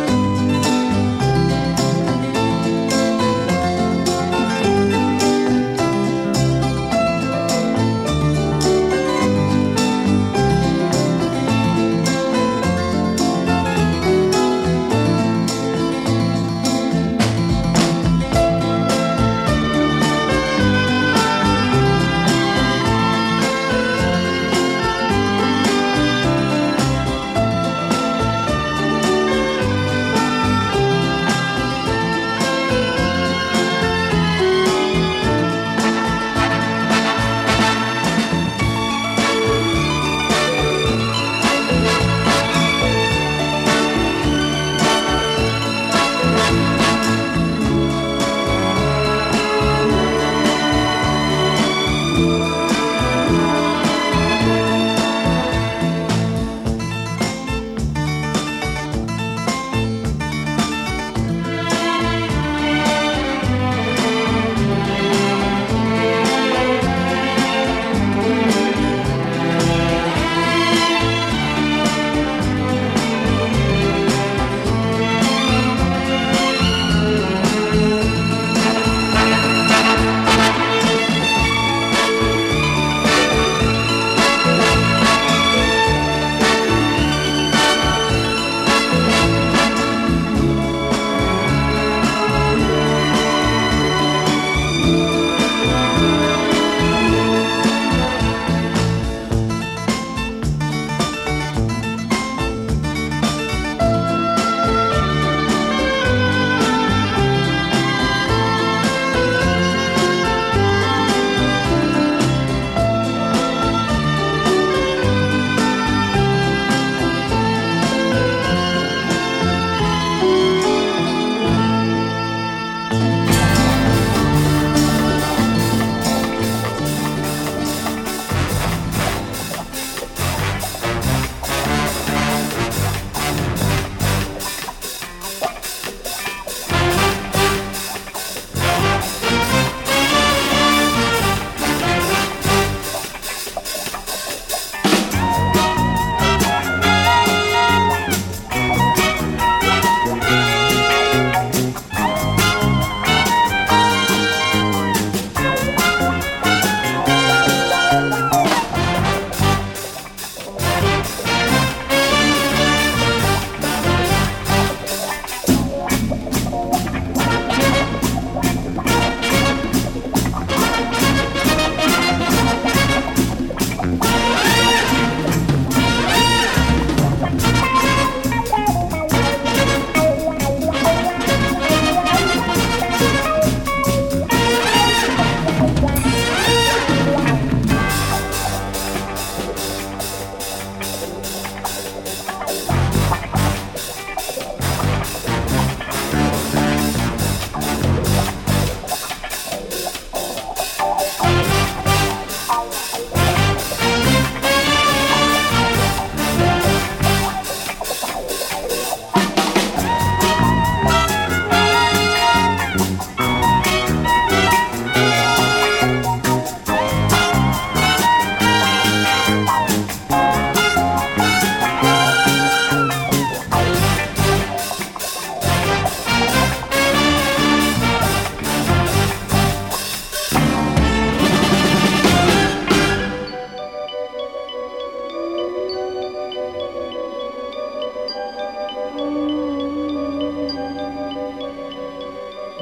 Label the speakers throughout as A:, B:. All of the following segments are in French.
A: Ding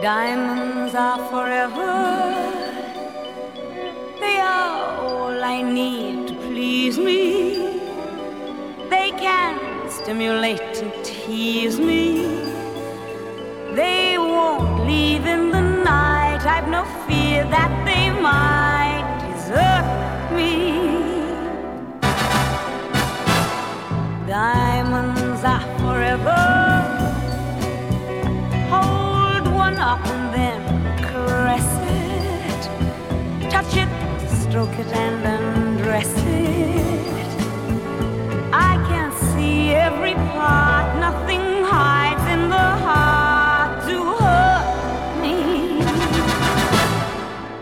B: Diamonds are forever. They are all I need to please me. They can stimulate and tease me. They won't leave in the night. I've no fear that they might desert me. Diamonds are forever. Hold one up and then caress it. Touch it, stroke it, and undress it. I can see every part, nothing hides in the heart to hurt me.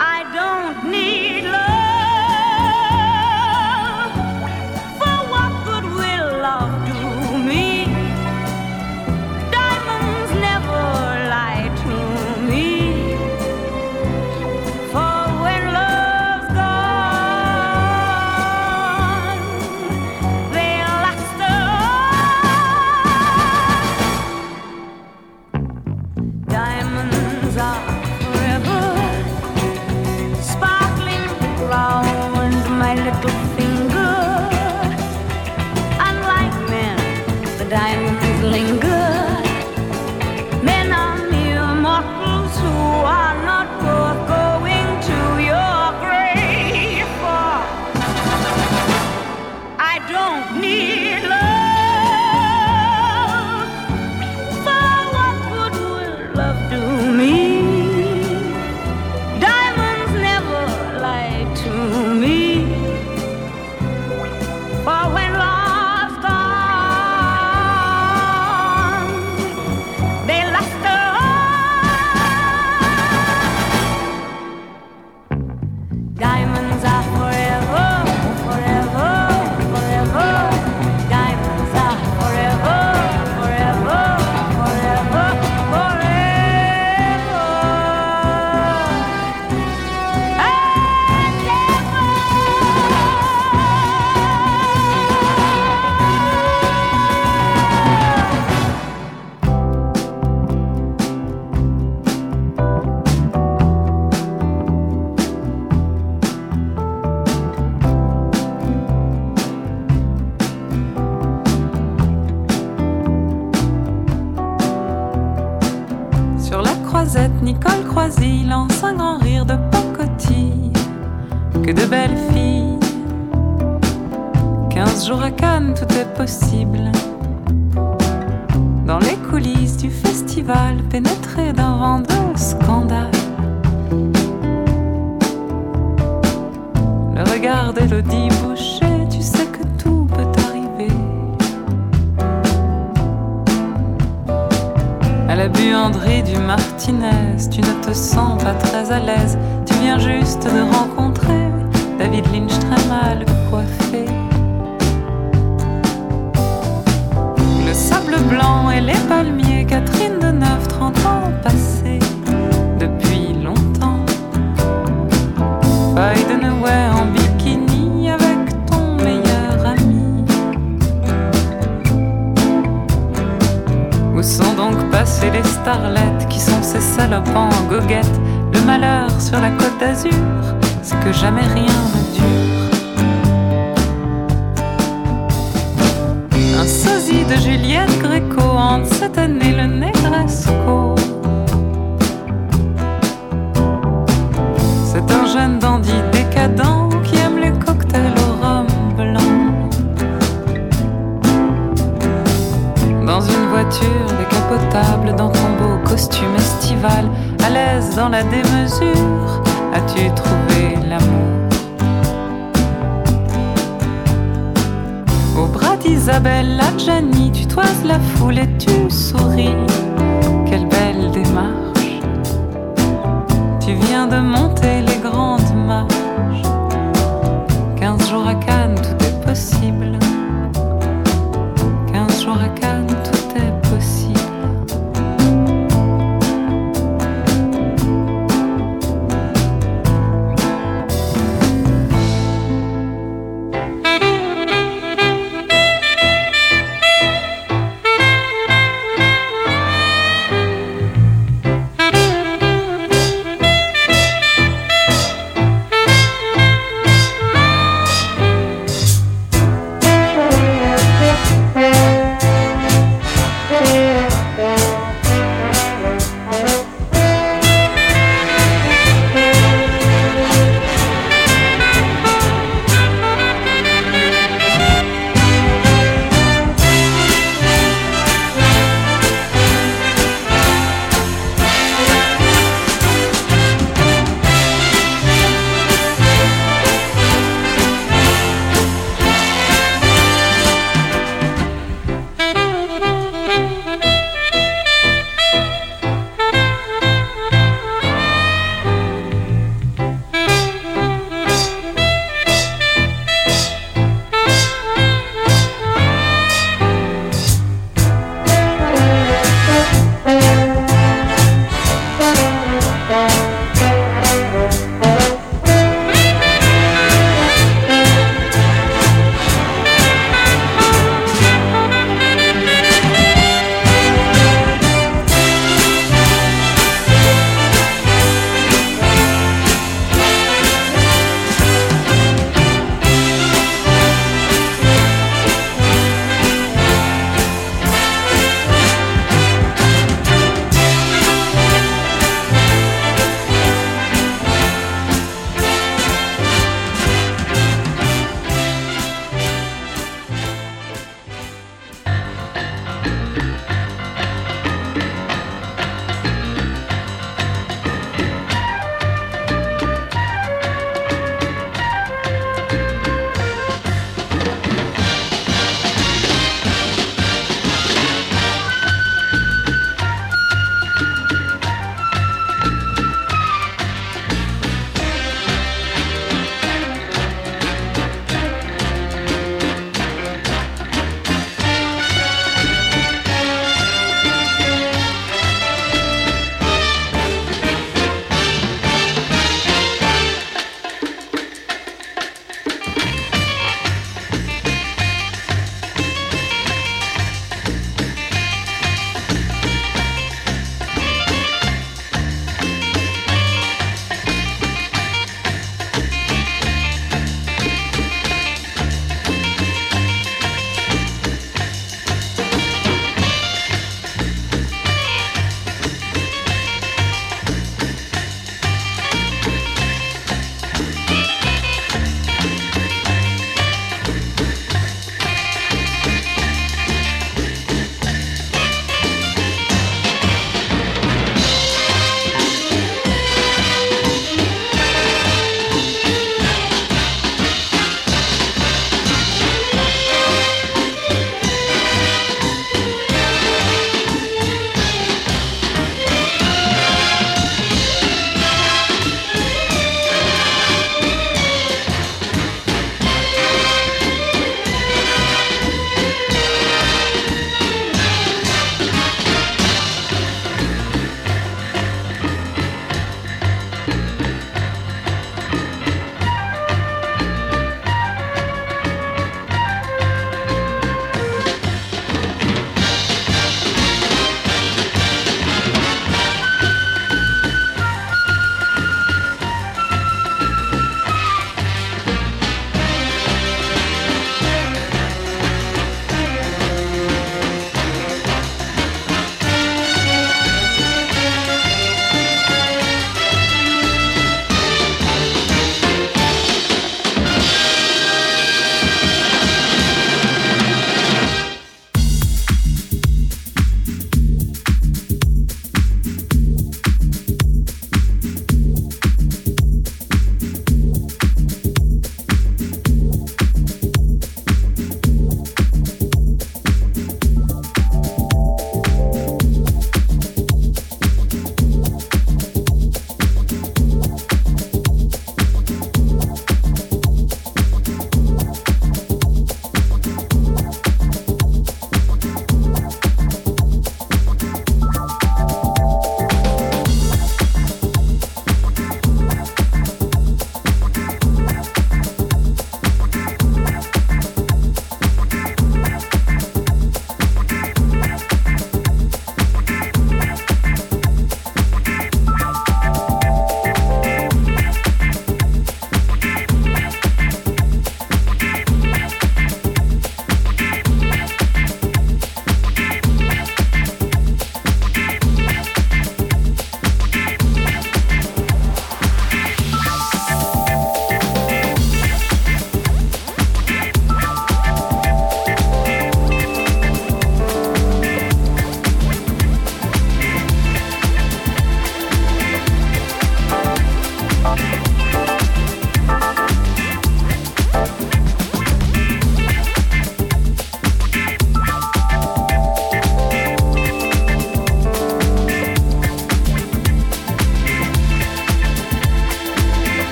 B: I don't need love, for what good will love do me? Diamonds never lie to me. For when love's gone, they last on. Diamonds are forever, sparkling round my little finger. Unlike men, the diamonds linger. Men are mere mortals who are not worth going to your grave for. I don't need love. For what good will love do me? Diamonds never lie to me. For when love's gone, they luster on. Diamonds are forever, forever, forever. Diamonds are forever, forever, forever, forever.
C: Sur la croisette, Nicole Croisy lance un grand rire de pacotille. Que de belles filles. 15 jours à Cannes, tout est possible. Dans les coulisses du festival, pénétré d'un vent de scandale. Le regard d'Elodie Boucher, tu sais que tout peut arriver. Elle a bu un dré du Martinez, tu ne te sens pas très à l'aise. Tu viens juste de rencontrer David Lynch très mal coiffé. Le sable blanc et les palmiers, Catherine de 9, 30 ans passés depuis longtemps. Bidenaway en bikini avec ton meilleur ami. Où sont donc passées les starlettes qui sont ces salopes en goguette Le malheur sur la côte d'Azur, c'est que jamais rien ne dure. Un sosie de Juliette Gréco hante cette année le Negresco. C'est un jeune dandy décadent qui aime les cocktails au rhum blanc. Dans une voiture décapotable, dans ton beau costume estival, à l'aise dans la démesure, as-tu trouvé l'amour Au bras d'Isabelle Adjani, tu toises la foule et tu souris. Quelle belle démarche Tu viens de monter les grandes marches. 15 jours à Cannes, tout est possible. 15 jours à Cannes, tout est possible.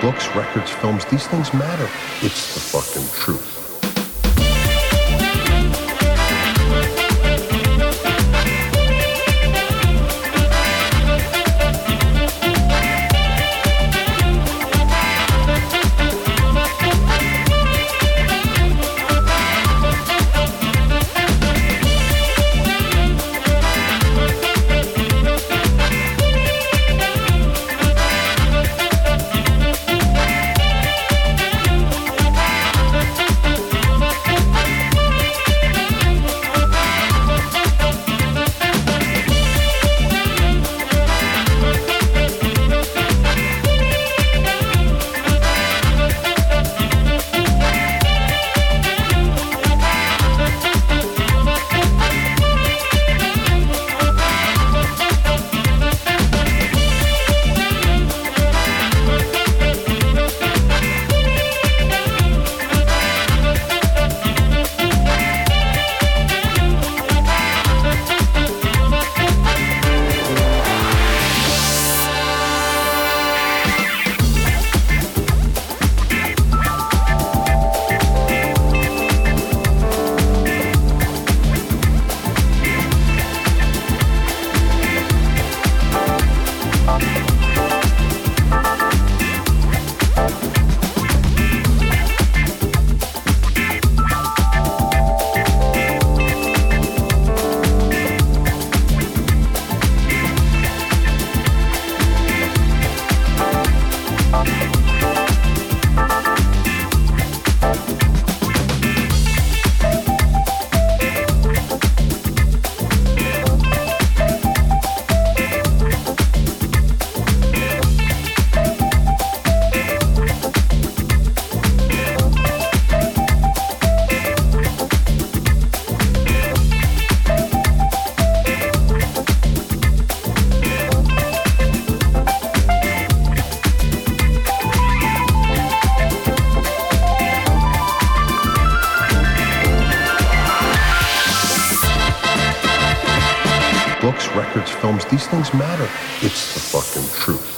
D: Books, records, films, these things matter. It's the fucking truth. Books, records, films, these things matter. It's the fucking truth.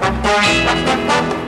A: Thank you.